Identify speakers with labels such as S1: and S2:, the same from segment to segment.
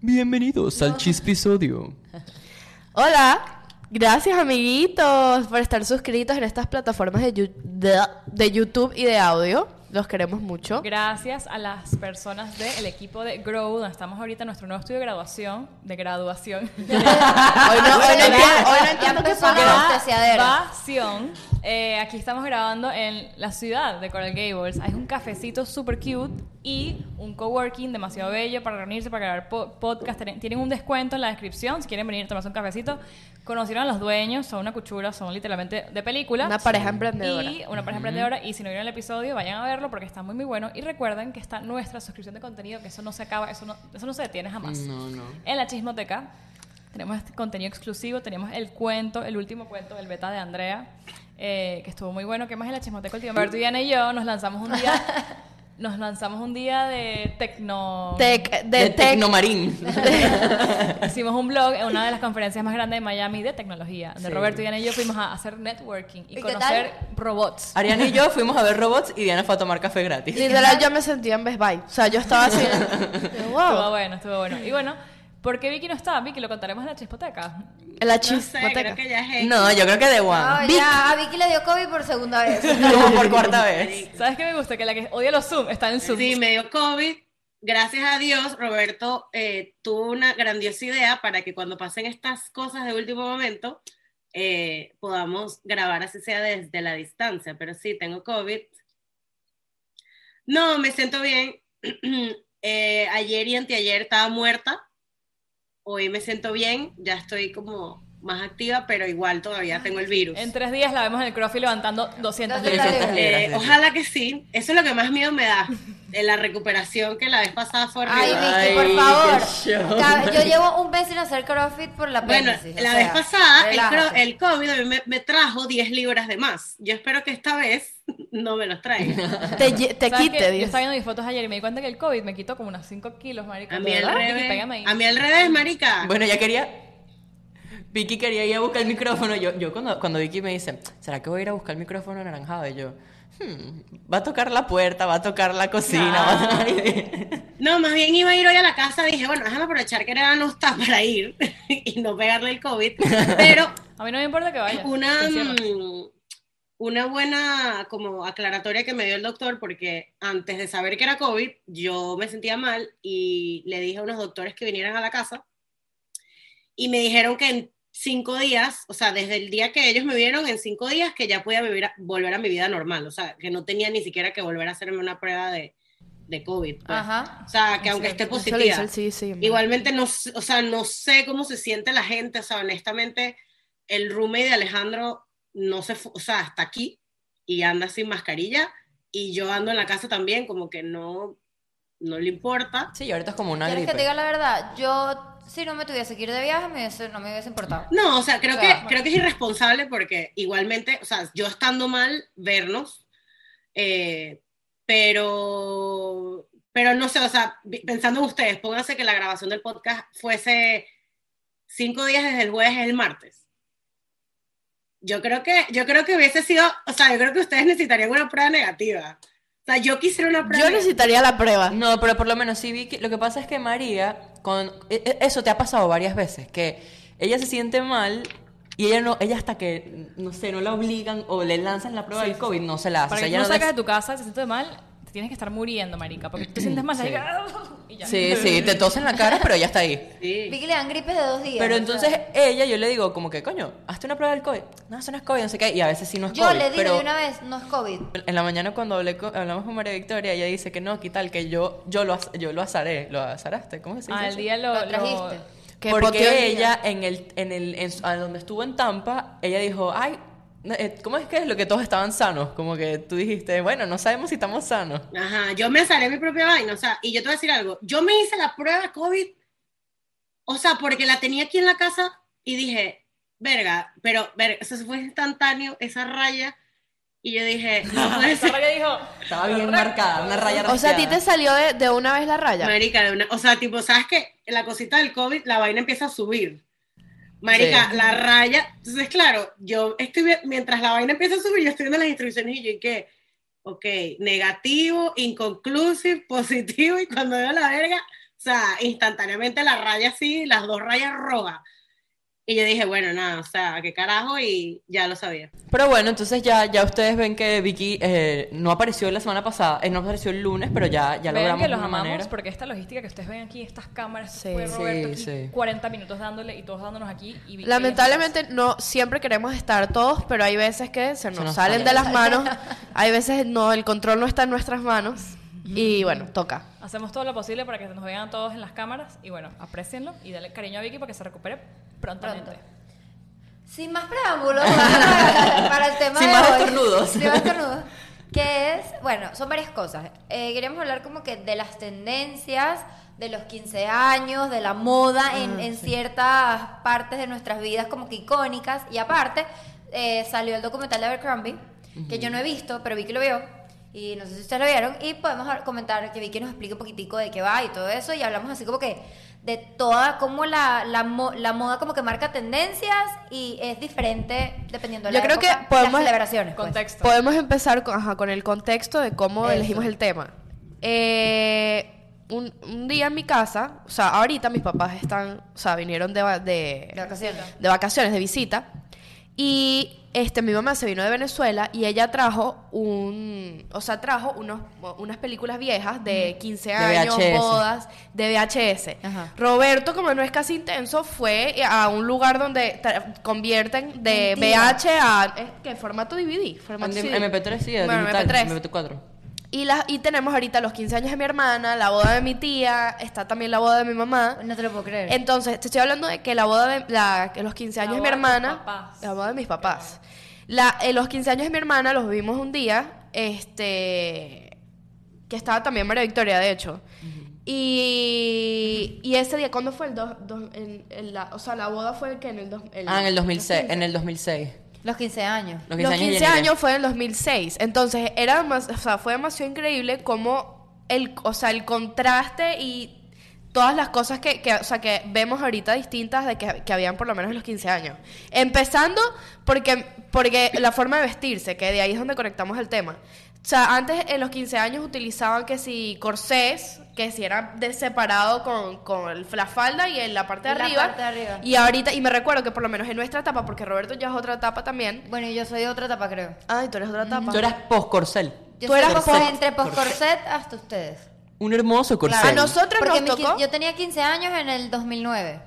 S1: Bienvenidos al Chispisodio.
S2: Hola, gracias amiguitos por estar suscritos en estas plataformas de, Yu- de- de YouTube y de audio. Los queremos mucho.
S3: Gracias a las personas del equipo de Grow, donde estamos ahorita en nuestro nuevo estudio de graduación, de graduación.
S2: Hoy no, hoy no entiendo, hoy no entiendo qué
S4: empezó
S2: son
S4: la-
S2: los-
S4: tesiadero.
S3: Graduación. Eh, aquí estamos grabando en la ciudad de Coral Gables. Hay un cafecito super cute y un coworking demasiado bello para reunirse, para grabar po- podcast. Tienen- Tienen un descuento en la descripción si quieren venir a tomarse un cafecito. Conocieron a los dueños, son una cuchura, son literalmente de película.
S2: Una pareja emprendedora.
S3: Y una pareja emprendedora. Y si no vieron el episodio, vayan a verlo porque está muy, muy bueno. Y recuerden que está nuestra suscripción de contenido, que eso no se acaba, eso no, eso no se detiene jamás.
S1: No, no.
S3: En la chismoteca tenemos este contenido exclusivo, tenemos el cuento, el último cuento, el beta de Andrea, eh, que estuvo muy bueno. ¿Qué más en la chismoteca últimamente? Alberto, Diana y yo nos lanzamos un día... Nos lanzamos un día de tecno...
S2: Tec- de
S1: De
S2: tec-
S1: Tecnomarín.
S3: Hicimos un blog en una de las conferencias más grandes de Miami de tecnología, donde
S1: Sí.
S3: Roberto, Diana y yo fuimos a hacer networking y,
S4: qué
S3: conocer robots.
S1: Ariana y yo fuimos a ver robots y Diana fue a tomar café gratis.
S2: Literal, yo me sentía en Best Buy. O sea, yo estaba así.
S3: Estuvo
S2: wow.
S3: bueno, estuvo bueno. Y bueno, ¿por qué Vicky no está? Vicky, lo contaremos en la chispoteca.
S2: En la
S5: No sé,
S2: chismoteca.
S5: creo que ya es
S1: No, yo creo que de
S4: No,
S1: One.
S4: ya, a Vicky le dio COVID por segunda vez.
S1: Como por cuarta vez.
S3: ¿Sabes qué me gusta? Que la que odia los Zoom está en Zoom.
S5: Sí, me dio COVID. Gracias a Dios, Roberto eh, tuvo una grandiosa idea para que cuando pasen estas cosas de último momento, eh, podamos grabar así sea desde la distancia. Pero sí, tengo COVID. No, me siento bien. Eh, ayer y anteayer estaba muerta. Hoy me siento bien. Ya estoy como más activa, pero igual todavía tengo el virus.
S3: En tres días la vemos en el crossfit levantando 200
S4: Entonces,
S3: libras.
S1: Gracias,
S5: Eh,
S1: gracias.
S5: ojalá que sí. Eso es lo que más miedo me da. de la recuperación que la vez pasada fue
S4: Ay,
S5: horrible.
S4: Vicky,
S1: Ay,
S4: por
S1: qué show.
S4: favor. Ca- Yo llevo un mes sin hacer CrossFit por la
S5: bueno,
S4: apéndice. o
S5: la
S4: sea,
S5: vez pasada el, cro-
S4: relájate.
S5: el COVID a mí me, me trajo 10 libras de más. Yo espero que esta vez no me los traiga.
S2: Te, lle- te
S3: ¿Sabes qué?
S2: quite,
S3: Yo
S2: Dios.
S3: estaba viendo mis fotos ayer y me di cuenta que el COVID me quitó como unos 5 kilos, marica.
S5: A mí al
S3: ¿Verdad? Vicky,
S5: revés.
S3: pégame ahí.
S5: A mí al revés, marica.
S1: Bueno, ya quería. Vicky quería ir a buscar el micrófono. Yo, yo cuando, cuando Vicky me dice, ¿será que voy a ir a buscar el micrófono anaranjado? Y yo, hmm, va a tocar la puerta, va a tocar la cocina. va a tocar-".
S5: No, más bien iba a ir hoy a la casa. Dije, bueno, déjame aprovechar que Nera no está para ir y no pegarle el COVID. Pero
S3: A mí no me importa que vaya.
S5: una,
S3: Te encierro.
S5: mm, una buena como aclaratoria que me dio el doctor, porque antes de saber que era COVID, yo me sentía mal y le dije a unos doctores que vinieran a la casa y me dijeron que en cinco días, o sea, desde el día que ellos me vieron, en cinco días que ya podía vivir, a- volver a mi vida normal, o sea, que no tenía ni siquiera que volver a hacerme una prueba de, de COVID. pues.
S4: Ajá.
S5: O sea, que aunque
S3: cierto.
S5: esté
S2: Eso le hizo
S5: positiva.
S2: el sí, sí, man.
S5: Igualmente, no, s- o sea, no sé cómo se siente la gente, o sea, honestamente, el roommate de Alejandro no se, fu- o sea, hasta aquí y anda sin mascarilla y yo ando en la casa también, como que no, no le importa.
S1: Sí, y ahorita es como una
S4: ¿Quieres
S1: gripe.
S4: que te diga la verdad? Yo, si no me tuviese que ir de viaje, me hubiese- no me hubiese importado.
S5: No, o sea, creo
S4: O
S5: que,
S4: sea,
S5: creo que es irresponsable porque igualmente, o sea, yo estando mal, vernos, eh, pero, pero no sé, o sea, vi- pensando en ustedes, pónganse que la grabación del podcast fuese cinco días desde el jueves el martes. Yo creo que, yo creo que hubiese sido, o sea, yo creo que ustedes necesitarían una prueba negativa. O sea, yo quisiera una prueba
S2: Yo
S5: negativa.
S2: necesitaría la prueba.
S1: No, pero por lo menos sí, Vicky. Lo que pasa es que María, con e- e- eso te ha pasado varias veces, que ella se siente mal y ella no, ella hasta que no sé, no la obligan o le lanzan la prueba del COVID, no se la hace.
S3: Para
S1: O sea,
S3: que
S1: ella
S3: tú no
S1: no
S3: salgas de
S1: des-
S3: tu casa, te sientes mal, te tienes que estar muriendo, marica. Porque tú te sientes mal,
S1: Sí.
S3: así que, y ya.
S1: Sí, sí, te tosen la cara, pero ella está ahí.
S5: Sí.
S4: Vicky le dan gripes de dos días.
S1: Pero
S4: o sea.
S1: entonces ella, yo le digo como que, coño, hazte una prueba del COVID. No, eso no es COVID, no sé qué. Y a veces sí no es
S4: yo
S1: COVID.
S4: le dije
S1: pero
S4: de una vez, no es COVID.
S1: En la mañana cuando hablé con- hablamos con María Victoria, ella dice que no, que tal, que yo, yo, lo, az- yo lo azaré. ¿Lo azaraste? ¿Cómo se dice?
S3: Al
S1: eso?
S3: Ah, día lo,
S4: Lo trajiste.
S2: Que poteó el
S1: Porque
S2: día.
S1: ella en el, en el, en su- a donde estuvo en Tampa, ella dijo, ay, no, eh, ¿cómo es que es lo que todos estaban sanos? Como que tú dijiste, bueno, no sabemos si estamos sanos.
S5: Ajá, yo me haré mi propia vaina, o sea, y yo te voy a decir algo, yo me hice la prueba COVID, o sea, porque la tenía aquí en la casa y dije, verga, pero verga, eso fue instantáneo, esa raya, y yo dije, no puede
S3: Esa
S5: ser,
S3: raya dijo,
S1: Estaba bien marcada, una raya
S2: O sea, a ti te
S1: rasqueada.
S2: salió de, de una vez la raya.
S5: marica, de una- o sea, tipo, ¿sabes que La cosita del COVID, la vaina empieza a subir, marica,
S1: Sí.
S5: la raya, entonces, claro, yo estoy, vi- mientras la vaina empieza a subir, yo estoy viendo las instrucciones y yo, ¿y qué? Ok, negativo, inconclusive, positivo, y cuando veo la verga, O sea, instantáneamente la raya así, las dos rayas rojas. Y yo dije, bueno, nada, o sea, qué carajo, y ya lo sabía.
S1: Pero bueno, entonces ya, ya ustedes ven que Vicky eh, no apareció la semana pasada, eh, no apareció el lunes, pero ya, ya
S3: Vean
S1: logramos
S3: que los
S1: de
S3: amamos
S1: una manera.
S3: porque esta logística que ustedes ven aquí, estas cámaras,
S2: Sí.
S3: fue Roberto
S1: Sí,
S3: aquí
S1: sí.
S3: 40 minutos dándole y todos dándonos aquí. y Vicky
S2: Lamentablemente no siempre queremos estar todos, pero hay veces que se nos,
S1: nos
S2: salen
S1: sale.
S2: de las manos, hay veces no, el control no está en nuestras manos y bueno, toca.
S3: Hacemos todo lo posible para que nos vean todos en las cámaras y bueno, aprecienlo y dale cariño a Vicky para que se recupere prontamente.
S4: Pronto. Sin más preámbulos, para, para el tema
S1: Sin
S4: de
S1: más
S4: hoy.
S1: estornudos.
S4: Sin más estornudos. Que es, bueno, son varias cosas. Eh, queremos hablar como que de las tendencias, de los 15 años, de la moda
S2: Ah,
S4: en, en ciertas partes de nuestras vidas como que icónicas. Y aparte, eh, salió el documental de Abercrombie, que yo no he visto, pero vi que lo vio. Y no sé si ustedes lo vieron. Y podemos hab- comentar que Vicky nos explique un poquitico de qué va y todo eso. Y hablamos así como que de toda, cómo la, la, mo- la moda como que marca tendencias y es diferente dependiendo de
S2: Yo
S4: la
S2: creo
S4: época
S2: que
S4: y
S2: podemos-
S4: las celebraciones. pues.
S3: Contexto.
S2: Podemos empezar con, ajá, con el contexto de cómo
S4: Eso.
S2: elegimos el tema. Eh, un, un día en mi casa, o sea, ahorita mis papás están, o sea, vinieron de, va- de,
S4: De vacaciones.
S2: de vacaciones, de visita, y este, mi mamá se vino de Venezuela y ella trajo un, o sea, trajo unos, unas películas viejas de 15
S1: De
S2: años,
S1: VHS.
S2: bodas, de VHS.
S4: Ajá.
S2: Roberto, como no es casi intenso, fue a un lugar donde tra- convierten de
S4: Mentira.
S2: VH a, ¿es ¿qué? Formato DVD, formato
S1: En-
S2: CD.
S1: MP3 sí,
S2: Bueno,
S1: digital,
S2: MP3.
S1: MP4.
S2: Y, las y tenemos ahorita los 15 años de mi hermana, la boda de mi tía, está también la boda de mi mamá.
S4: No te lo puedo creer.
S2: Entonces, te estoy hablando de que la boda de la, que los 15
S3: La
S2: años de mi
S3: boda de tus
S2: hermana,
S3: papás.
S2: la boda de mis papás. La, eh, los 15 años de mi hermana los vivimos un día, este, que estaba también María Victoria, de hecho. Y, y ese día, ¿cuándo fue el dos, dos- en- en la, o sea, la boda fue que en el, dos,
S1: Ah, en el 2006, en el 2006.
S4: Los 15 años.
S1: Los 15
S2: los
S1: años.
S2: 15
S1: de Jennifer.
S2: años fue en el 2006. Entonces, era más, o sea, fue demasiado increíble como el, o sea, el contraste y todas las cosas que, que, o sea, que vemos ahorita distintas de que, que habían por lo menos en los 15 años. Empezando porque, porque la forma de vestirse, que de ahí es donde conectamos el tema. O sea, antes en los 15 años utilizaban que si corsés, que si era de separado con, con el- la falda y en la parte de
S4: La
S2: arriba.
S4: parte de arriba.
S2: Y ahorita, y me recuerdo que por lo menos en nuestra etapa, porque Roberto ya es otra etapa también,
S4: Bueno, y yo soy de otra etapa, creo.
S2: Ay, tú eres otra tapa.
S1: Tú eras post-corcel.
S2: Tú
S4: Yo soy
S2: eras
S4: post-
S2: corset.
S4: entre post-corset hasta ustedes.
S1: Un hermoso corcel.
S2: A nosotros
S4: Porque mi
S2: nos tocó.
S4: quin- yo tenía 15 años en el 2009.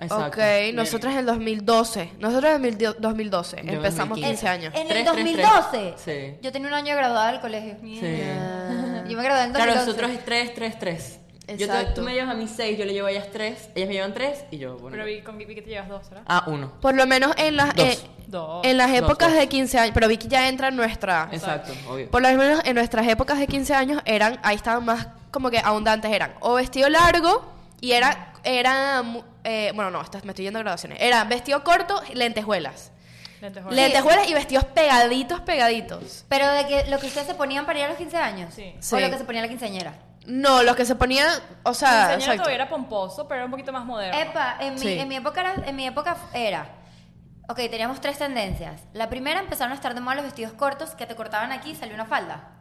S1: Exacto.
S2: Ok, nosotros en el 2012. Nosotros en el 2012
S1: Yo en
S2: empezamos
S1: 2015.
S2: 15 años.
S4: En el
S1: Tres, tres,
S4: 2012.
S1: tres. Sí.
S4: Yo tenía un año de graduada del colegio.
S1: Sí.
S4: Yo me gradué en el 2012.
S1: Claro, nosotros es 3, 3, 3. Yo te,
S2: Exacto.
S1: tú me llevas a mí 6, yo le llevo a ellas 3, ellas me llevan 3 y yo, bueno.
S3: Pero Vicky, con Vicky te llevas dos, ¿verdad?
S1: Ah, 1.
S2: Por lo menos en las,
S1: Dos.
S2: eh,
S3: Dos.
S2: en las
S1: Dos,
S2: épocas
S1: dos.
S2: de 15 años. Pero Vicky ya entra en nuestra.
S1: Exacto, obvio.
S2: Por lo menos en nuestras épocas de 15 años eran, ahí estaban más como que abundantes. Eran o vestido largo y era, era mu- eh, bueno, no, estas- me estoy yendo a graduaciones. Era vestido corto, lentejuelas.
S3: Lentejuelas.
S2: Lentejuelas y vestidos pegaditos, pegaditos.
S4: Pero de que lo que ustedes se ponían para ir a los 15 años.
S3: Sí.
S4: O
S2: Sí.
S4: lo que se ponía la quinceañera.
S2: No, los que se ponían, o
S3: Mi
S2: sea,
S3: señora
S2: exacto.
S3: todavía era pomposo, pero era un poquito más moderno.
S4: Epa, en mi,
S2: Sí.
S4: en mi época era, en mi época era. Ok, teníamos tres tendencias. La primera empezaron a estar de moda los vestidos cortos que te cortaban aquí y salió una falda.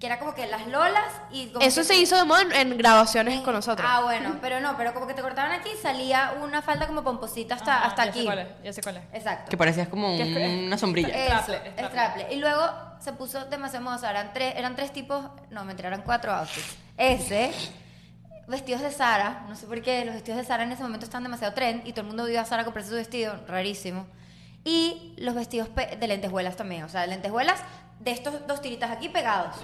S4: Que era como que las lolas y como
S2: Eso
S4: que-
S2: se hizo de moda en, en grabaciones con nosotros.
S4: Ah, bueno, pero no, pero como que te cortaban aquí y salía una falda como pomposita hasta,
S3: Ajá,
S4: hasta
S3: ya
S4: aquí.
S3: Sé cuál es, ya sé cuál es.
S4: Exacto.
S1: Que parecías como
S3: Que es-
S1: un- una sombrilla.
S4: Eso,
S3: Straple, straple.
S4: straple. Y luego se puso demasiado moda. o sea, eran tres, eran tres tipos, no, me eran cuatro outfits. Ese, vestidos de Sara, no sé por qué, los vestidos de Sara en ese momento están demasiado trend y todo el mundo vio a Sara comprarse su vestido, rarísimo. Y los vestidos pe- de lentejuelas también, o sea, de lentejuelas de estos dos tiritas aquí pegados.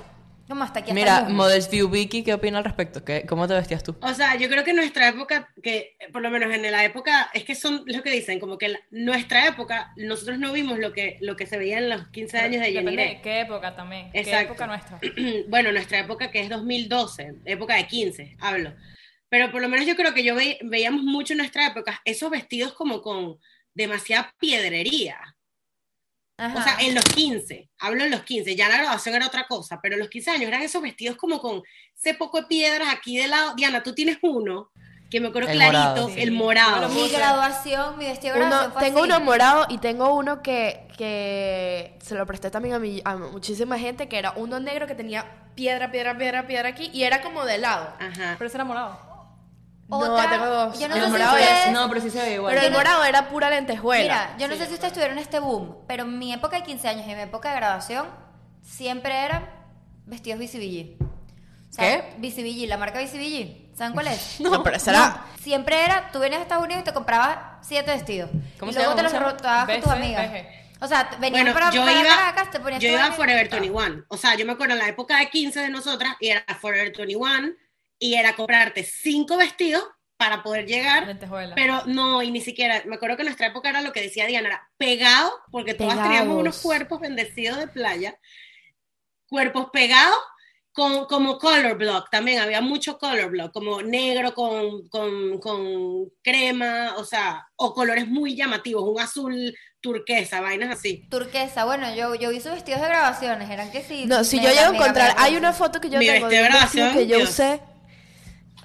S4: Como hasta aquí. hasta el
S1: Mira,
S4: muslo.
S1: Models View Vicky, ¿qué opina al respecto? ¿Qué, ¿Cómo te vestías tú?
S5: O sea, yo creo que en nuestra época, que eh, por lo menos en la época, es que son lo que dicen, como que la- nuestra época, nosotros no vimos lo que, lo que se veía en los 15 años de
S3: Depende de
S5: Jenny
S3: qué época también. Qué
S5: Exacto.
S3: época nuestra.
S5: Bueno, nuestra época que es 2012, época de 15, hablo. Pero por lo menos yo creo que yo ve- veíamos mucho en nuestra época esos vestidos como con demasiada piedrería.
S4: Ajá.
S5: O sea, en los 15, hablo en los 15, ya la graduación era otra cosa, pero en los 15 años eran esos vestidos como con ese poco de piedras aquí de lado. Diana, tú tienes uno que me acuerdo
S1: El
S5: clarito,
S1: morado.
S5: el
S3: Sí.
S5: morado.
S3: Yo lo
S4: mi
S3: puse.
S4: graduación, mi vestido de
S2: Uno-
S4: graduación fue
S2: tengo
S4: así.
S2: uno morado y tengo uno que, que se lo presté también a, mi, a muchísima gente, que era uno negro que tenía piedra, piedra, piedra, piedra aquí y era como de lado.
S5: Ajá.
S3: Pero ese era morado.
S4: Ah. Otra-
S2: no, tengo dos.
S4: yo no
S2: el
S4: sé si
S2: morado es-
S4: ustedes-
S1: No, pero sí se ve igual.
S2: Pero el morado era pura lentejuela.
S4: Mira, yo no sé si ustedes tuvieron este boom, pero en mi época de 15 años y en mi época de graduación siempre eran vestidos BCBG.
S1: ¿Qué?
S4: BCBG, la marca BCBG. ¿Saben cuál es?
S2: No, pero será.
S4: Siempre era, tú venías a Estados Unidos y te comprabas siete vestidos.
S1: ¿Cómo
S4: y
S1: se
S4: luego
S1: llama?
S4: te
S1: ¿Cómo
S4: los
S1: se
S4: rotabas con tus
S3: BC,
S4: amigas.
S3: BG.
S4: O sea, te- venías
S5: Bueno,
S4: para,
S5: yo
S4: para
S5: iba,
S4: Caracas, te ponías
S5: yo
S4: tu
S5: iba a
S4: vaina y
S5: Forever
S4: te comprabas.
S5: 21. O sea, yo me acuerdo en la época de 15 de nosotras y era Forever 21 y era comprarte cinco vestidos para poder llegar.
S3: Lentejuela.
S5: Pero no, y ni siquiera, me acuerdo que en nuestra época era lo que decía Diana, era pegado, porque todas
S4: Pegados.
S5: teníamos unos cuerpos bendecidos de playa, cuerpos pegados, con, como color block también, había mucho color block, como negro con, con, con crema, o sea, o colores muy llamativos, un azul turquesa, vainas así.
S4: Turquesa, bueno, yo, yo vi sus vestidos de grabaciones, eran que sí.
S2: No, si yo
S4: negra,
S2: llego a
S4: negra,
S2: encontrar,
S4: negra,
S2: hay
S4: negra.
S2: una foto que yo
S5: Mi
S2: tengo de
S5: vestido
S2: un
S5: de
S2: vestido que yo
S5: grabación,
S2: usé.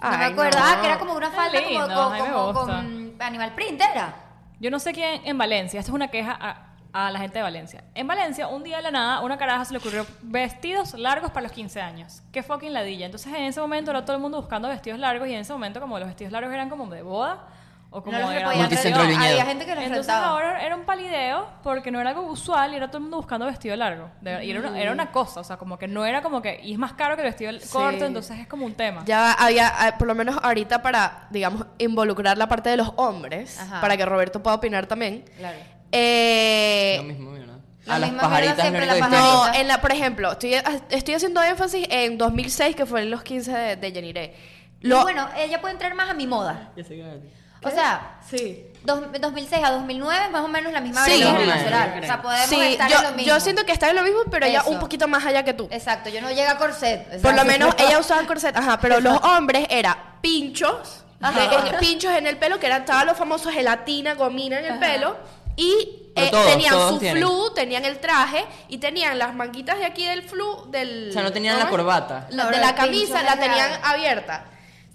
S4: No me
S2: Ay,
S4: acuerdo,
S2: no.
S4: ah, que era como una
S3: Qué
S4: falda como-
S3: lindo,
S4: como,
S3: ay, me
S4: como-
S3: gusta.
S4: con animal print, era.
S3: Yo no sé quién en Valencia, esto es una queja a, a la gente de Valencia. En Valencia, un día de la nada, una caraja se le ocurrió vestidos largos para los 15 años. Qué fucking ladilla. Entonces, en ese momento era todo el mundo buscando vestidos largos y en ese momento, como los vestidos largos eran como de boda o como
S4: no los
S3: era
S4: podían
S1: Multicentro
S4: rentar.
S1: Viñedo.
S4: Había gente que los
S3: Entonces
S4: rentaba.
S3: ahora era un palideo porque no era algo usual y era todo el mundo buscando vestido largo. De verdad, y era una, era una cosa, o sea, como que no era como que. Y es más caro que el vestido corto, entonces es como un tema.
S2: Ya había, ah, por lo menos ahorita para, digamos, involucrar la parte de los hombres,
S4: Ajá.
S2: para que Roberto pueda opinar también.
S4: Claro.
S2: Eh,
S1: Lo mismo, mira, ¿no?
S4: La
S1: a las
S4: misma mierda
S1: pajaritas
S4: siempre,
S1: lo único
S4: las
S1: distinto.
S2: No,
S4: Ahorita.
S2: en la, por ejemplo, estoy, estoy haciendo énfasis en 2006, que fue en los 15 de, de Jeniré. Lo,
S4: Y bueno, ella puede entrar más a mi moda.
S1: Ya sé que es.
S4: O sea,
S2: sí.
S4: dos- 2006 a 2009 es más o menos la misma
S2: Sí.
S4: brecha
S2: Más o menos,
S4: generacional.
S5: yo
S4: O
S5: creo.
S4: sea, podemos
S2: Sí,
S4: estar en lo
S2: yo,
S4: mismo.
S2: yo siento que está en lo mismo, pero ella
S4: Eso.
S2: un poquito más allá que tú.
S4: Exacto, yo no llega a corset. exacto.
S2: Por lo menos ella usaba corset, ajá, pero los hombres era pinchos,
S4: Ajá.
S2: de- eh, pinchos en el pelo, que eran todos los famosos gelatina, gomina en el pelo, y
S1: Pero
S2: eh,
S1: todos,
S2: tenían
S1: todos
S2: su
S1: tienen.
S2: flu, tenían el traje, y tenían las manguitas de aquí del flu, del...
S1: O sea, no tenían
S2: ¿cómo
S1: la
S2: es?
S1: corbata.
S2: La-
S4: No,
S2: de
S4: los
S2: la
S4: pinchos
S2: camisa
S4: de
S2: la
S4: la-
S2: tenían abierta.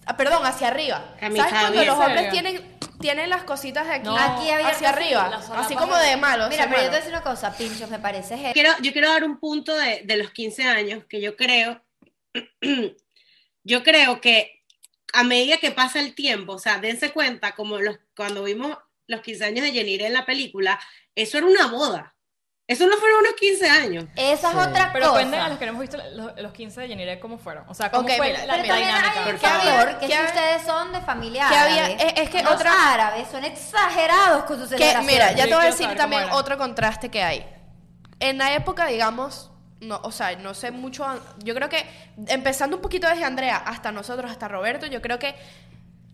S2: Ah, perdón, hacia arriba.
S5: Camisa
S2: ¿Sabes cuando
S5: abierta.
S2: los hombres
S3: ¿En serio?
S2: tienen, tienen las cositas de aquí,
S3: No.
S4: Aquí había
S2: hacia arriba? Así como de malo.
S4: Mira,
S2: hacia
S4: pero yo te voy a
S2: malo.
S4: decir una cosa, pinchos, me parece genial.
S5: Quiero, yo quiero dar un punto de, de los 15 años que yo creo, yo creo que a medida que pasa el tiempo, o sea, dense cuenta, como los, cuando vimos los 15 años de Jenny en la película, eso era una boda. Eso no fueron unos 15 años.
S4: Esa es
S1: Sí.
S4: otra
S3: Pero
S4: cosa.
S3: cuenten a los que no hemos visto los, los 15 de Jenny cómo fueron. O sea, cómo
S2: Ok,
S3: fue
S2: mira,
S3: la,
S4: Pero
S2: mira,
S4: también
S3: dinámica.
S4: hay un
S2: Por favor.
S4: favor,
S2: ¿Qué
S4: que si
S2: hab-
S4: ustedes son de familia
S2: ¿Qué había?
S4: árabe,
S2: Es- es que
S4: los
S2: otra-
S4: árabes son exagerados con sus
S2: Que,
S4: celebraciones.
S2: mira, ya
S3: Sí,
S2: te voy a
S3: quiero
S2: decir
S3: saber
S2: también
S3: cómo era.
S2: otro contraste que hay. En la época, digamos, no, o sea, no sé mucho. an- Yo creo que, empezando un poquito desde Andrea hasta nosotros, hasta Roberto, yo creo que,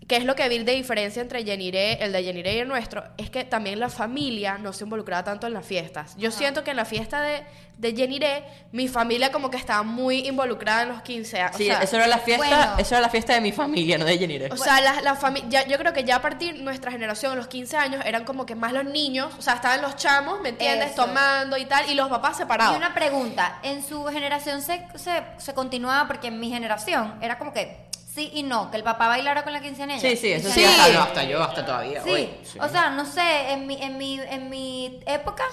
S2: que es lo que vi de diferencia entre Jeniré, el de Jeniré y el nuestro, es que también la familia no se involucraba tanto en las fiestas. Yo siento que en la fiesta de, de Jeniré, mi familia como que estaba muy involucrada en los 15 años.
S1: Sí,
S2: o sea,
S1: eso era la fiesta,
S4: bueno.
S1: eso era la fiesta de mi familia, no de Jenny.
S2: o sea, la, la fami- ya- yo creo que ya a partir de nuestra generación, los 15 años, eran como que más los niños, o sea, estaban los chamos, ¿me entiendes?
S4: Eso.
S2: Tomando y tal, y los papás separados.
S4: Y una pregunta, ¿en su generación se, se, se continuaba? Porque en mi generación era como que sí y no, que el papá bailara con la quinceañera.
S1: sí, sí, eso sí.
S2: Sí.
S1: Hasta, no, hasta yo, hasta todavía.
S4: Sí,
S1: hoy, sí.
S4: o sea, no sé, en mi, en mi, en mi época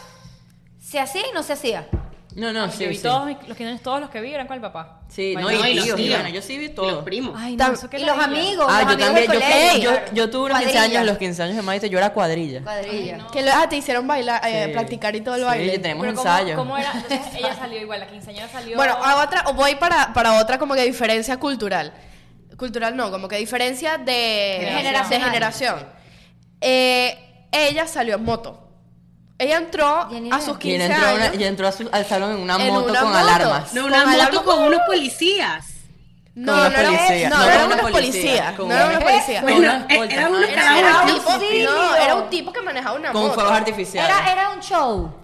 S4: se hacía y no se hacía.
S1: no, no, sí,
S3: Yo vi
S1: sí.
S3: todos mis- los 15 años, todos los que vi eran con el papá.
S1: Sí, no,
S3: Bailando.
S1: y tíos, y vaina, yo sí vi todo.
S5: Los primos.
S3: Ay, no,
S2: Tam-
S3: eso que
S4: Y los
S3: ladilla.
S4: amigos,
S1: ah,
S4: los
S1: yo
S4: amigos
S1: también,
S4: del
S1: yo,
S4: colegio.
S1: yo,
S4: claro.
S1: yo tuve los 15
S4: Cuadrilla,
S1: años, los 15 años de Maite, yo era cuadrilla.
S4: Cuadrilla.
S2: Que lo- ah, te hicieron bailar, eh,
S1: Sí.
S2: practicar y todo el
S1: Sí,
S2: baile.
S1: tenemos
S3: Pero ¿cómo-
S1: ensayos.
S3: ¿cómo, era? Entonces, ella salió igual, la quinceañera salió.
S2: Bueno, a otra, voy para, para otra como que diferencia cultural. Cultural no, como que diferencia de
S4: Generacional.
S2: de generación. Eh, ella salió en moto. Ella entró
S4: Jenny
S2: a
S4: Rey.
S2: sus
S1: Y
S2: 15
S1: entró, a una-
S2: años.
S1: y entró a su- al salón en una
S2: En
S1: moto
S2: una
S1: con
S2: moto.
S1: alarmas.
S5: No, una
S2: Con alarma
S5: moto con
S2: como-
S5: unos policías.
S2: No,
S1: Con
S2: no,
S1: una
S2: era-
S1: policía.
S2: no,
S1: No,
S2: no,
S1: con
S2: eran
S1: una
S2: unos
S1: policía,
S2: policías.
S1: con
S2: No eran
S1: una-
S2: unos policías.
S1: Con
S5: Bueno,
S1: una escolta.
S5: eran unos
S2: Era,
S5: carajos
S2: era un
S5: de
S2: tipo,
S5: auxilio.
S2: no, era un tipo que manejaba una
S1: Con
S2: moto.
S1: fuegos artificiales.
S4: Era, era un show.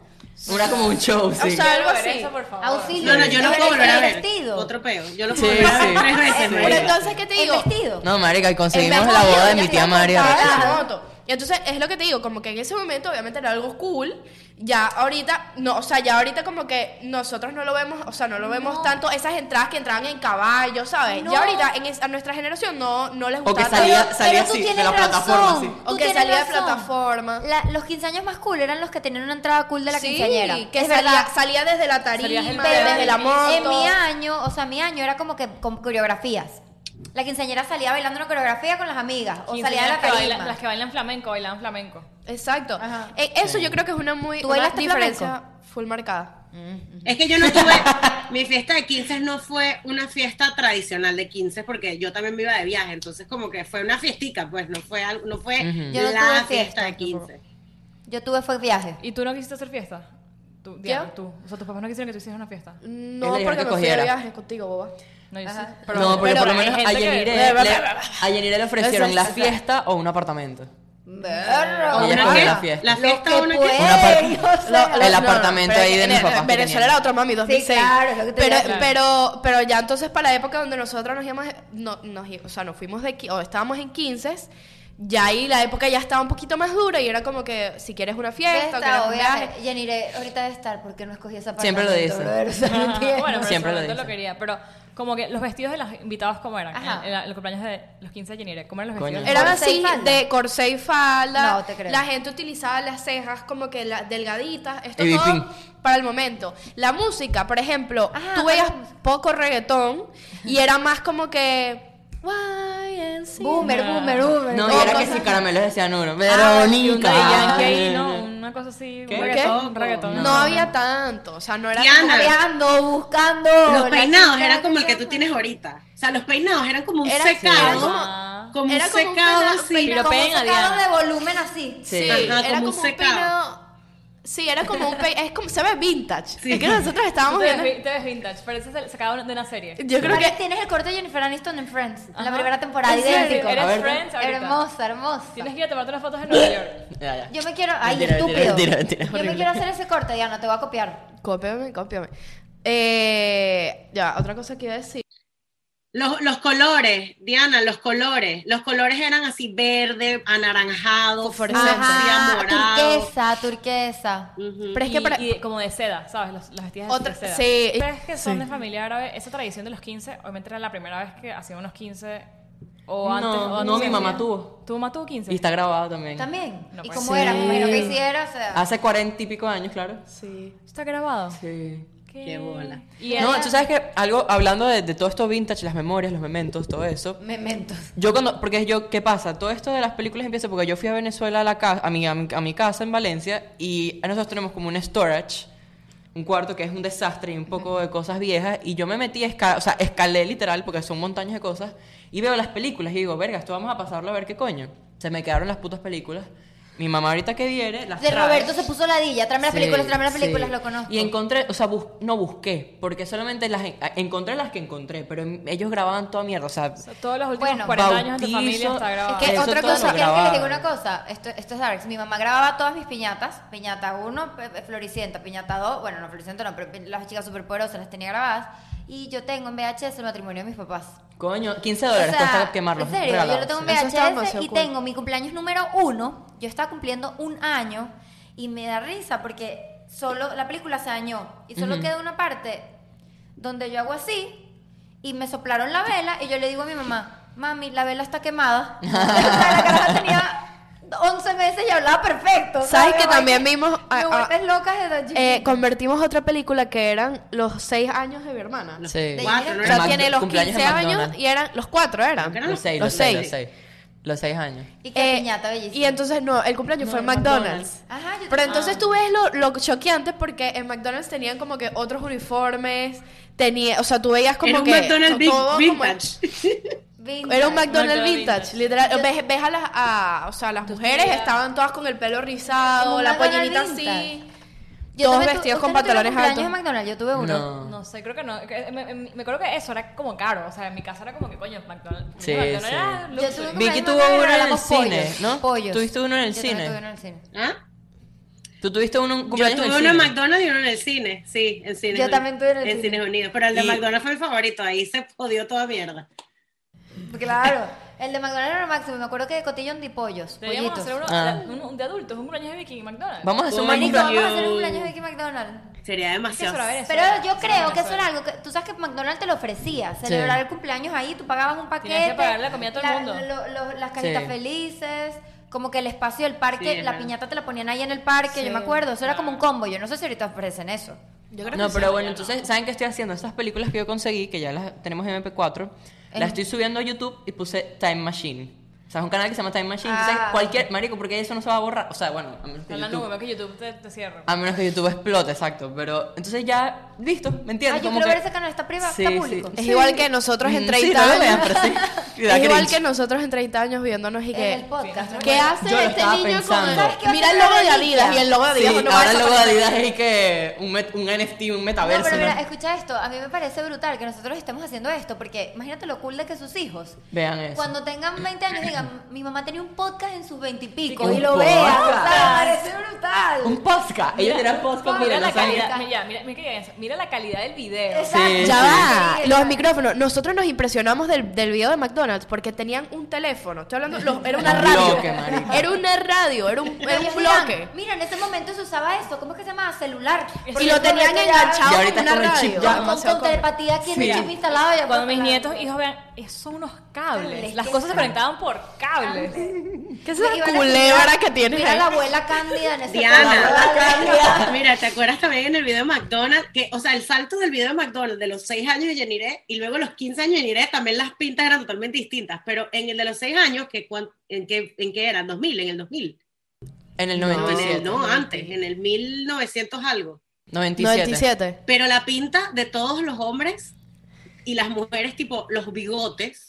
S1: Era como un show, sí.
S2: O sea, algo
S3: Quiero ver
S2: así.
S3: eso, por favor.
S4: Auxilio.
S5: No, no, yo no
S4: El-
S5: puedo volver a
S4: el
S5: ver.
S4: vestido.
S5: Otro peo. Yo lo
S1: Sí,
S5: puedo volver a ver
S1: sí.
S5: tres veces.
S1: Sí.
S2: Pero
S5: marica.
S2: entonces, ¿qué te
S4: El
S2: digo?
S4: vestido.
S1: No, marica, y
S2: En
S1: conseguimos
S2: vez-
S1: la boda de
S2: Ella
S1: mi tía
S2: estaba
S1: María.
S2: montada en
S1: rechísimo.
S2: la moto. Y entonces es lo que te digo, como que en ese momento obviamente era algo cool, ya ahorita, no, o sea, ya ahorita como que nosotros no lo vemos, o sea, no lo vemos tanto, esas entradas que entraban en caballo, ¿sabes?
S4: No.
S2: Ya ahorita en es- a nuestra generación no, no les
S1: O
S2: gusta
S1: que
S2: tanto.
S1: salía,
S4: Pero-
S1: salía
S4: pero tú
S1: así, de
S4: tienes
S1: la plataforma
S4: razón.
S1: así.
S2: O
S4: Tú
S2: que
S4: tienes
S2: salía de
S4: razón.
S2: plataforma.
S4: La- los 15 años más cool eran los que tenían una entrada cool de la
S2: Sí,
S4: quinceañera.
S2: que
S4: es
S2: salía,
S4: verdad.
S2: salía desde la tarima,
S3: Salías el
S4: Pero
S2: desde
S4: en-
S2: la moto.
S4: En mi año, o sea, mi año era como que con coreografías. La quinceañera salía bailando una coreografía con las amigas o salía de la
S3: Quinceañeras que bailan-
S4: tarima.
S3: Las que bailan flamenco, bailan flamenco.
S2: Exacto.
S4: Ajá.
S2: Eh, eso yo creo que es una muy
S4: ¿Tú
S2: una
S4: bailaste
S2: diferencia full marcada.
S5: Es que yo no tuve, mi fiesta de 15 no fue una fiesta tradicional de 15 porque yo también me iba de viaje, entonces como que fue una fiestica, pues no fue algo- no fue
S1: Ujú.
S4: Yo no tuve
S5: la
S4: fiesta,
S5: fiesta de 15.
S4: Yo tuve fue viaje.
S3: ¿Y tú no quisiste hacer fiesta? Tú, Diana,
S2: ¿Yo?
S3: tú. O sea, tus papás no quisieron que tú hicieras una fiesta.
S2: No, porque
S1: dijeron que
S2: me fui de
S1: cogiera.
S2: viaje contigo, boba.
S3: No, yo
S4: Ajá.
S3: sí.
S1: no, porque por lo
S3: hay
S1: menos a
S3: gente que-
S1: Yanire,
S2: Bla, bla,
S1: le,
S2: bla, bla, bla.
S1: a Yanire le ofrecieron la
S2: Exacto.
S1: fiesta o un apartamento.
S4: Berro.
S1: Ella
S5: ¿Una
S1: fue
S5: qué?
S1: la fiesta.
S5: La
S4: Lo
S5: fiesta
S4: que
S5: o una
S4: puede.
S5: qué?
S1: Una parte-
S4: o sea,
S2: Lo-
S1: el
S2: lo- no,
S1: apartamento
S2: pero
S1: ahí
S2: es
S1: de
S2: que
S1: mis
S2: en-
S1: papás
S2: en
S1: que
S2: Venezuela
S1: tenían.
S2: era otro mami, 2006.
S4: claro, es lo que te
S2: pero,
S4: digo.
S2: pero, pero ya entonces para la época donde nosotros nos íbamos, no, nos í- o sea, nos fuimos de, qui- o estábamos en 15, ya ahí la época ya estaba un poquito más dura y era como que si quieres una fiesta, o
S4: Fiesta
S2: quieres
S4: o
S2: un
S4: viaje.
S2: viaje.
S4: Jenire, ahorita debe estar, ¿por qué no escogí esa parte?
S1: Siempre lo dice.
S2: Ah,
S3: Ajá, Bueno, pero
S1: Siempre
S3: Siempre
S1: lo
S3: lo,
S1: dice.
S3: lo quería. Pero como que los vestidos de los invitados, ¿cómo eran?
S4: Ajá.
S3: En, en la- los cumpleaños de los 15 de Yanire, ¿cómo eran los
S1: Coño.
S3: vestidos?
S2: Eran
S4: Corsé y
S2: así
S4: falda.
S2: de corsé y falda.
S4: No, te creo.
S2: La gente utilizaba las cejas como que la- delgaditas. Esto
S1: Ivy
S2: todo
S1: Queen.
S2: para el momento. La música, por ejemplo,
S4: Ajá,
S2: tú veías
S4: para Ah, la música.
S2: poco reggaetón y era más como que. YNC.
S4: Boomer, boomer, boomer.
S1: No, y
S2: no,
S1: era que
S2: cosas-
S1: si caramelos decían uno. Pero
S3: Y un de
S1: bonita.
S3: Yankee ahí, ¿no? Una cosa así.
S1: ¿Qué?
S3: Un reggaetón. un
S5: ¿Qué?
S3: reggaetón.
S2: No,
S1: No.
S2: había tanto. O sea, no era. "Ah,
S5: Diana.
S4: Coreando, buscando.
S5: Los
S4: la
S5: peinados
S4: chica
S5: eran como el
S4: se
S5: que tú
S4: llama.
S5: tienes ahorita. O sea, los peinados eran como un
S2: Era-
S1: era
S5: secado.
S3: como-
S5: como, un
S2: era como un
S5: secado
S2: peinado-
S5: así.
S3: peinado- Lo
S4: Como
S3: peinan,
S4: sacado
S3: Diana.
S4: de volumen así.
S1: Sí.
S2: Sí,
S5: Ajá,
S2: era
S5: como
S2: como
S5: un
S2: un
S5: secado.
S2: peinado. Sí, era como un peinado. Es como. Se ve vintage.
S5: Sí.
S2: Es que nosotros
S3: Tú
S2: estábamos
S3: te,
S2: viendo.
S3: ves, vi- te ves vintage, parece sacado de una serie.
S2: Yo creo
S4: Ahora
S2: que.
S4: tienes el corte de Jennifer Aniston en Friends, la
S3: Ajá.
S4: primera temporada,
S2: ¿En serio?
S4: idéntico.
S1: A
S3: Eres
S1: ver.
S3: Friends ahorita.
S4: Hermosa, hermosa.
S3: Tienes que ir a tomarte unas fotos en Nueva York.
S1: Ya, ya.
S4: Yo me quiero. Ay,
S1: Mentira,
S4: estúpido.
S1: mentira, mentira, mentira,
S4: Yo me
S1: horrible.
S4: quiero hacer ese corte, Diana, te voy a copiar.
S2: Cópiame, cópiame. Eh, ya, otra cosa que iba a decir.
S5: Los, los colores, Diana, los colores. Los colores eran así verde, anaranjado,
S2: Fosforescente.
S5: fucsia, morado.
S4: turquesa, turquesa.
S5: Ujú.
S2: Pero es
S3: y,
S2: que para-
S3: y como de seda, ¿sabes? Las, las vestidas
S2: Otra-
S3: de seda.
S2: sí.
S3: Ustedes que son
S2: Sí.
S3: de familia árabe, esa tradición de los 15, obviamente era la primera vez que hacían unos 15 o
S1: No,
S3: antes. o antes
S1: no, mi
S3: se
S1: mamá
S3: hacían.
S1: tuvo.
S3: ¿Tu mamá tuvo 15?
S1: Y está grabado también.
S4: También.
S3: No
S4: ¿Y
S3: puede
S4: cómo
S2: ser.
S4: era? Me imagino que
S2: Sí.
S4: hiciera, o sea.
S1: Hace cuarenta y pico de años, claro.
S2: Sí.
S3: ¿Está grabado?
S1: Sí.
S5: Qué bola.
S3: Y
S1: No,
S3: era-
S1: tú sabes que algo, hablando de, de todo esto vintage, las memorias, los mementos, todo eso.
S4: Mementos.
S1: Yo cuando, porque yo, ¿qué pasa? Todo esto de las películas empieza porque yo fui a Venezuela a, la ca- a, mi, a, mi, a mi casa en Valencia y nosotros tenemos como un storage, un cuarto que es un desastre y un poco de cosas viejas y yo me metí a escalar, o sea, escalé literal porque son montañas de cosas y veo las películas y digo, verga, esto vamos a pasarlo a ver qué coño. Se me quedaron las putas películas. Mi mamá ahorita que viene las
S4: De
S1: trae.
S4: Roberto se puso ladilla. Tráeme las
S1: Sí,
S4: películas, tráeme las
S1: sí.
S4: películas, lo conozco.
S1: Y encontré, o sea, bus- no busqué, porque solamente las en- encontré las que encontré, pero en- ellos grababan toda mierda, o sea,
S3: O sea, todos los últimos
S4: Bueno,
S3: 40 años de tu familia
S1: bautizo-
S3: está
S4: Es
S3: grabado.
S4: que
S1: Eso
S4: otra
S1: todo
S4: cosa,
S1: lo
S4: ¿quieren que les diga
S1: grababan.
S4: una cosa? Esto, esto es Darks. Mi mamá grababa todas mis piñatas. Piñata 1, pe- pe- Floricienta, Piñata 2. Bueno, no Floricienta, no, pero pe- las chicas superpoderosas las tenía grabadas. Y yo tengo en VHS el matrimonio de mis papás.
S1: coño, 15 dólares
S4: O sea,
S1: cuesta quemarlos.
S4: En serio, yo
S1: regalados,
S4: lo tengo en
S2: sí. Eso está
S4: VHS
S2: demasiado
S4: y
S2: cool.
S4: tengo mi cumpleaños número uno. Yo estaba cumpliendo un año y me da risa porque solo la película se dañó y solo
S1: Ujú.
S4: queda una parte donde yo hago así y me soplaron la vela y yo le digo a mi mamá, mami, la vela está quemada. o sea, la caraja tenía 11 meses y hablaba perfecto. o sea,
S2: ¿Sabes
S4: mi
S2: que
S4: mamá
S2: también
S4: dice,
S2: vimos a-
S4: Me
S2: a-
S4: vuelves loca desde
S2: Eh, convertimos otra película que eran los seis años de mi hermana.
S1: Sí. De
S5: Cuatro, no
S2: O
S5: era
S2: sea,
S1: Mac-
S5: más.
S2: tiene los
S1: cumpleaños
S2: 15
S1: de
S2: años
S1: McDonald's.
S2: y eran los cuatro eran.
S5: Creo que
S1: Los seis,
S2: Los
S1: los seis,
S2: seis.
S1: los seis. Los seis años.
S4: Y que piñata
S2: Eh,
S4: bellísima.
S2: y entonces no, el cumpleaños fue en McDonald's.
S4: Ajá, Ah, yo
S2: Pero entonces tú ves lo, lo choqueante porque en McDonald's tenían como que otros uniformes, tenía, o sea, tú veías como
S5: Era un
S2: que
S5: McDonald's Big-
S2: todo como-
S5: vintage.
S4: Vintage.
S2: Era un McDonald's
S3: McDonald's
S2: vintage,
S3: vintage.
S2: literal. Ves, ves a las, a- o sea, las mujeres estaban todas con el pelo rizado,
S4: Un
S2: la
S4: McDonald's
S2: pollinita así.
S4: vintage.
S2: Todos
S4: también tu-
S2: vestidos con
S4: ¿ustedes no
S2: pantalones
S4: tuvieron cumpleaños
S2: altos.
S4: en McDonald's, yo tuve uno.
S1: No.
S3: No sé, creo que no. que- Me, me- me acuerdo que eso era como caro. O sea, en mi casa era como que coño, McDonald's.
S1: Sí,
S3: McDonald's
S1: sí.
S3: era
S4: Yo
S3: luxury.
S4: tuve un
S1: Vicky
S4: cumpleaños
S1: tuvo
S4: McDonald's,
S1: uno en el
S4: regalamos
S1: cine,
S4: pollos,
S1: ¿no?
S4: Pollos.
S1: Tuviste uno en el
S4: Yo también
S1: cine.
S4: tuve uno en el cine.
S5: ¿Ah?
S1: Tú tuviste uno un
S5: Yo
S1: cumpleaños
S5: tuve
S1: en
S5: uno
S1: el
S5: en
S1: cine?
S5: McDonald's y uno en el cine. Sí, en cine.
S4: Yo también tuve en el
S5: en
S4: cine.
S5: Cines Unidos. Pero el de
S1: Y-
S5: McDonald's fue el favorito. Ahí se jodió toda mierda.
S4: Claro. El de McDonald's era máximo. Me acuerdo que de cotillón de pollos.
S3: Deberíamos hacer
S4: pollitos.
S3: uno
S1: Ah.
S3: un- un de adultos, un cumpleaños de Vicky y McDonald's.
S1: Vamos a hacer un
S4: Marico,
S1: McDonald's.
S4: vamos a hacer
S5: Yo-
S4: un cumpleaños de Mickey McDonald.
S5: Sería demasiado.
S3: saber eso.
S4: Pero yo creo
S3: en
S4: que eso
S3: Venezuela.
S4: era algo que tú sabes que McDonald's te lo ofrecía, celebrar el cumpleaños ahí, tú pagabas un paquete,
S3: Tenías que pagarle la comida a todo el mundo.
S4: lo- lo- las caritas
S1: Sí.
S4: felices, como que el espacio del
S5: Sí,
S4: parque,
S5: es
S4: la
S5: verdad.
S4: piñata te la ponían ahí en el parque, yo me acuerdo, eso era como un combo, yo no sé si ahorita ofrecen eso.
S2: Yo creo
S1: No,
S2: que
S1: pero bueno, entonces, ¿saben qué estoy haciendo? Estas películas que yo conseguí, que ya las tenemos en MP4, las estoy subiendo a YouTube y puse Time Machine. O sea, es un canal que se llama Time Machine. Entonces,
S4: Ah.
S1: cualquier. Marico, porque eso no se va a borrar. O sea, bueno, a menos que
S3: En la
S1: YouTube.
S3: nube, veo que YouTube te, te cierra.
S1: A menos que YouTube explote, exacto. Pero entonces ya, listo, ¿me entiendes?
S4: Ah, yo
S1: Como
S4: quiero
S1: que-
S4: ver ese canal, está privado,
S1: Sí,
S4: está
S1: sí.
S4: público.
S2: Es igual que nosotros en
S1: Mm,
S2: 30
S1: sí, no
S2: años.
S1: lo vean, pero sí. Da
S2: es igual
S1: cringe.
S2: que nosotros en 30 años viéndonos y
S4: En el
S2: que.
S4: podcast. ¿no?
S2: ¿Qué hace
S1: Yo lo
S2: este
S1: estaba
S2: niño
S1: pensando.
S2: con
S1: ¿Sabes
S4: qué va a
S2: Mira el
S4: hacer
S2: logo de
S4: la
S2: Adidas
S4: reliquia?
S2: y el logo de
S1: Sí,
S2: Adidas. no va a
S1: ahora luego
S2: desaparecer.
S1: Adidas es que un, met- un NFT, un
S4: No,
S1: metaverso.
S4: pero mira,
S1: ¿no?
S4: escucha esto, a mí me parece brutal que nosotros estemos haciendo esto, porque imagínate lo cool de que sus hijos,
S1: Vean eso.
S4: cuando tengan 20 años, digan, mi mamá tenía un podcast en sus 20 y pico,
S1: Un
S4: y lo vean, o sea,
S1: podcast.
S4: me parece brutal.
S1: Un podcast. Ella dirá
S4: Ah,
S1: podcast
S3: Mira
S1: porque
S3: la
S1: no sabía.
S3: calidad, mira, mira, mira, que eso, mira la calidad del video.
S4: Exacto.
S1: Sí,
S2: Ya va,
S4: Sí,
S2: los
S4: ya.
S2: micrófonos. Nosotros nos impresionamos del, del video de McDonald's porque tenían un teléfono. Estoy hablando, los- era una
S1: Un
S2: radio.
S1: bloque, marico.
S2: era una radio, era un, era
S4: Ellos
S2: un
S4: dirán,
S2: bloque.
S4: Mira, en ese momento se usaba esto, ¿cómo es que se llama? Celular.
S2: Y lo tenían
S1: Y
S2: enganchado
S1: ahorita
S2: con una
S1: con el
S2: radio.
S1: chip ya.
S4: con,
S2: Demasiado
S4: con telepatía aquí en
S1: Sí.
S4: el chip instalado. ya
S3: Cuando
S4: puedo
S3: mis
S4: hablar.
S3: nietos, hijos vean, esos son unos cables.
S4: pues, Cables,
S3: Las
S4: ¿qué
S3: cosas se
S4: son?
S3: conectaban por cables.
S2: ¿Qué es
S4: Y
S2: esa
S4: van a
S2: culebra
S4: mirar-
S2: que tienes
S4: Mira la
S2: ahí?
S4: abuela Cándida en ese
S5: Diana.
S4: programa.
S5: La
S4: La Cándida.
S5: Mira, ¿te acuerdas también en el video de McDonald's? Que, o sea, el salto del video de McDonald's de los 6 años de Yaniré y luego los 15 años de Yaniré, también las pintas eran totalmente distintas. Pero en el de los 6 años, que, cuan- ¿en qué en qué era? ¿2000? ¿En el 2000?
S1: En el
S5: No, en el,
S1: 97.
S5: no antes, en el 1900 algo.
S1: 97.
S2: 97.
S5: Pero la pinta de todos los hombres y las mujeres, tipo los bigotes.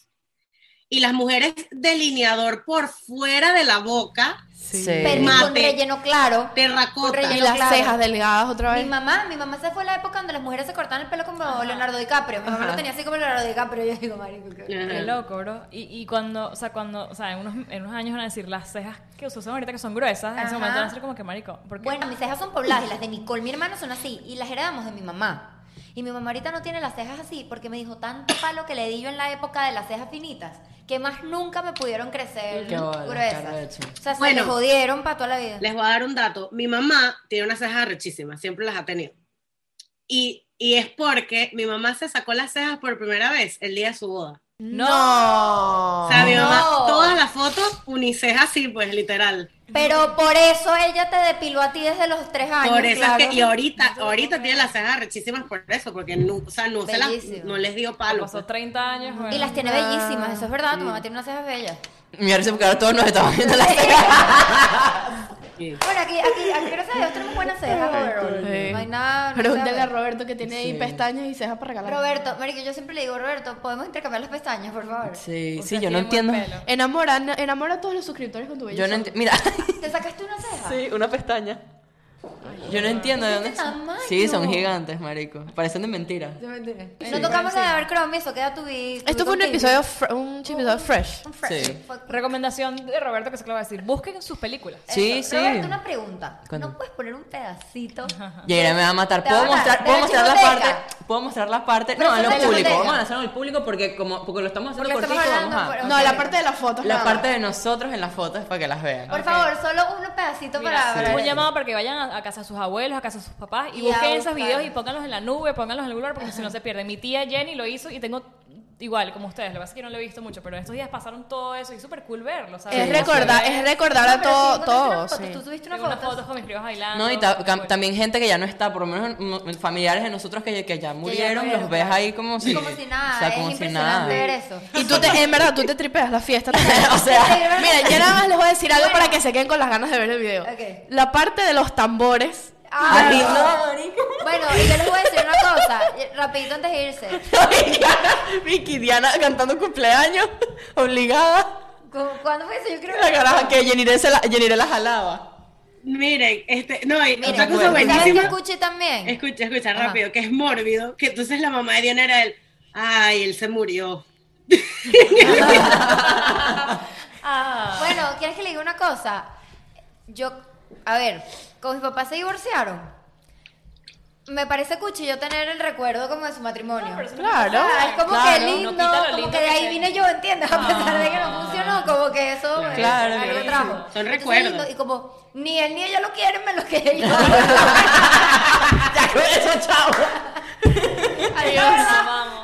S5: Y las mujeres delineador por fuera de la boca,
S1: Sí.
S4: Perry con
S5: Mate.
S4: relleno claro.
S5: terracota.
S4: Con
S2: Y
S4: relleno
S2: las
S4: claro.
S2: cejas delgadas otra
S4: Mi
S2: vez.
S4: mamá, mi mamá se fue a la época donde las mujeres se cortaban el pelo como Leonardo DiCaprio. Mi mamá
S2: Ajá.
S4: lo tenía así como Leonardo DiCaprio. Yo digo, marico, qué-
S5: Ajá.
S3: Qué loco, bro. Y, y cuando, o sea, cuando, o sea, en unos, en unos años van a decir las cejas que se usan ahorita que son gruesas, en ese
S4: Ajá.
S3: momento van a ser como que marico. Porque
S4: Bueno, mis cejas son pobladas y las de Nicole, mi hermano, son así. Y las heredamos de mi mamá. Y mi mamá ahorita no tiene las cejas así porque me dijo tanto palo que le di yo en la época de las cejas finitas que más nunca me pudieron crecer
S1: Qué bola, qué
S4: gruesas.
S1: arrecho.
S4: O sea, se
S5: Bueno.
S4: me jodieron para toda la vida.
S5: Les voy a dar un dato. Mi mamá tiene unas cejas rechísimas, siempre las ha tenido. Y, y es porque mi mamá se sacó las cejas por primera vez el día de su boda.
S2: No.
S5: O sea, mi mamá,
S4: No.
S5: todas las fotos, unicejas sí, pues literal.
S4: Pero por eso ella te depiló a ti desde los tres años.
S5: por eso
S4: claro.
S5: es que, y ahorita, ahorita tiene las cejas rechísimas por eso, porque no, o sea, no, se las-
S4: Bellísimo.
S5: no les dio
S3: cuando
S5: palo.
S3: pasó 30 años. bueno.
S4: Y las tiene bellísimas, eso es verdad. Tu mamá tiene unas cejas bellas.
S1: Mira, parece porque ahora todos nos estaban viendo la serie.
S5: Sí.
S4: Bueno, aquí, aquí, aquí, gracias a Dios tenemos buenas cejas, overall.
S2: Sí.
S4: No hay nada. no
S2: Pregúntale
S4: sea-
S2: a Roberto que tiene ahí
S1: Sí.
S2: pestañas y cejas para regalar.
S4: Roberto, marico, yo siempre le digo, Roberto, podemos intercambiar las pestañas, por favor.
S1: Sí, sí,
S3: Ustedes
S1: yo no
S3: tienen
S1: entiendo.
S3: buen pelo.
S2: Enamora, enamora a todos los suscriptores con tu bello.
S1: Yo no entiendo. Mira,
S4: ¿Te sacaste una ceja?
S1: sí, una pestaña. Yo no entiendo de
S4: ¿Es
S1: dónde
S4: este
S1: son.
S4: tamaño?
S1: Sí, son gigantes, marico. Parecen de mentira.
S4: No tocamos nada de ver Chromie, eso queda tu vida.
S2: Esto fue un episodio, fre- un episodio fresh.
S4: Un fresh.
S1: Sí.
S4: Fue-
S3: Recomendación de Roberto que se lo va a decir. Busquen sus películas.
S1: Sí,
S4: Eso.
S1: sí.
S4: Roberto, una pregunta.
S1: Cuéntame.
S4: ¿No puedes poner un pedacito?
S1: Y ahora me va a matar.
S4: Te
S1: Puedo
S4: va a matar.
S1: mostrar,
S4: De
S1: puedo
S4: la
S1: mostrar la
S4: chimoteca.
S1: parte. Puedo mostrar la parte.
S4: Pero
S1: No, a
S4: eso
S1: lo
S4: es de la
S1: público.
S4: chimoteca.
S1: Vamos a lanzarlo al público porque como porque lo estamos haciendo
S4: Porque
S1: cortito,
S4: estamos
S1: vamos
S4: hablando,
S1: a.
S4: pero-
S2: No, la parte de las fotos.
S1: La
S2: no.
S1: parte de nosotros en las fotos para que las vean.
S4: Por favor, solo un pedacito para... para-
S3: Un llamado para que vayan a, a casa de sus abuelos, a casa de sus papás y,
S4: Y a
S3: busquen esos
S4: buscar.
S3: videos y pónganlos en la nube, pónganlos en algún lugar porque si no se pierden. Mi tía Jenny lo hizo y tengo igual como ustedes. Lo que pasa es que yo no lo he visto mucho, pero en estos días pasaron todo eso y súper cool verlo. ¿sabes?
S2: Es recordar, es recordar a
S4: No, pero
S2: todo,
S4: sí,
S2: todo,
S4: encontraste una
S2: sí.
S4: foto, Tú subiste
S3: Tengo
S4: una
S3: unas
S4: foto.
S3: fotos con mis primos bailando.
S1: No, y ta-
S3: súper
S1: cam-
S3: cool.
S1: también gente que ya no está, por lo menos mm, familiares de nosotros que, que ya murieron,
S4: murieron,
S1: los ves
S4: claro.
S1: ahí como si,
S4: Como si nada,
S1: o sea,
S4: es
S1: como si nada.
S4: impresionante ver eso.
S2: Y tú te, en verdad, tú te tripeas la fiesta.
S1: o sea,
S2: Mira, yo nada más les voy a decir algo para que se queden con las ganas de ver el video.
S4: Ok.
S2: La parte de los tambores.
S4: Ah,
S1: Ay,
S4: no.
S1: no, marico.
S4: Bueno, y yo les voy a decir una cosa, eh, rapidito antes de irse.
S1: Diana, Vicky, Diana cantando cumpleaños, obligada.
S4: ¿Cu- ¿Cuándo fue eso? Yo creo
S1: La caraja que Jeniré se la, Jeniré la jalaba.
S5: Miren, este, no, y
S4: Miren,
S5: otra cosa
S1: bueno,
S4: ¿Sabes qué
S5: buenísima.
S4: escuché también?
S5: Escucha, escucha,
S4: Ajá.
S5: rápido, que es mórbido, que entonces la mamá de Diana era el, ay, él se murió.
S3: Ah.
S4: Bueno, ¿quieres que le diga una cosa? Yo, a ver, con mis papás se divorciaron. me parece cuchi yo tener el recuerdo como de su matrimonio.
S3: No, pero eso no
S2: Claro.
S4: O sea, es como
S1: Claro,
S4: que
S1: no
S4: lindo,
S3: quita lo
S4: como
S3: lindo
S4: que de
S3: que
S4: ahí
S3: sea.
S4: vine yo, ¿entiendes? A pesar de que no
S3: Ah.
S4: funcionó, como que eso bueno,
S1: Claro,
S4: algo
S1: claro.
S4: trajo.
S5: Son
S4: Entonces,
S5: recuerdos.
S4: lindo, y como, ni él ni ella lo quieren, me lo quedé yo.
S1: Ya con eso, chao.
S4: Adiós.
S3: vamos.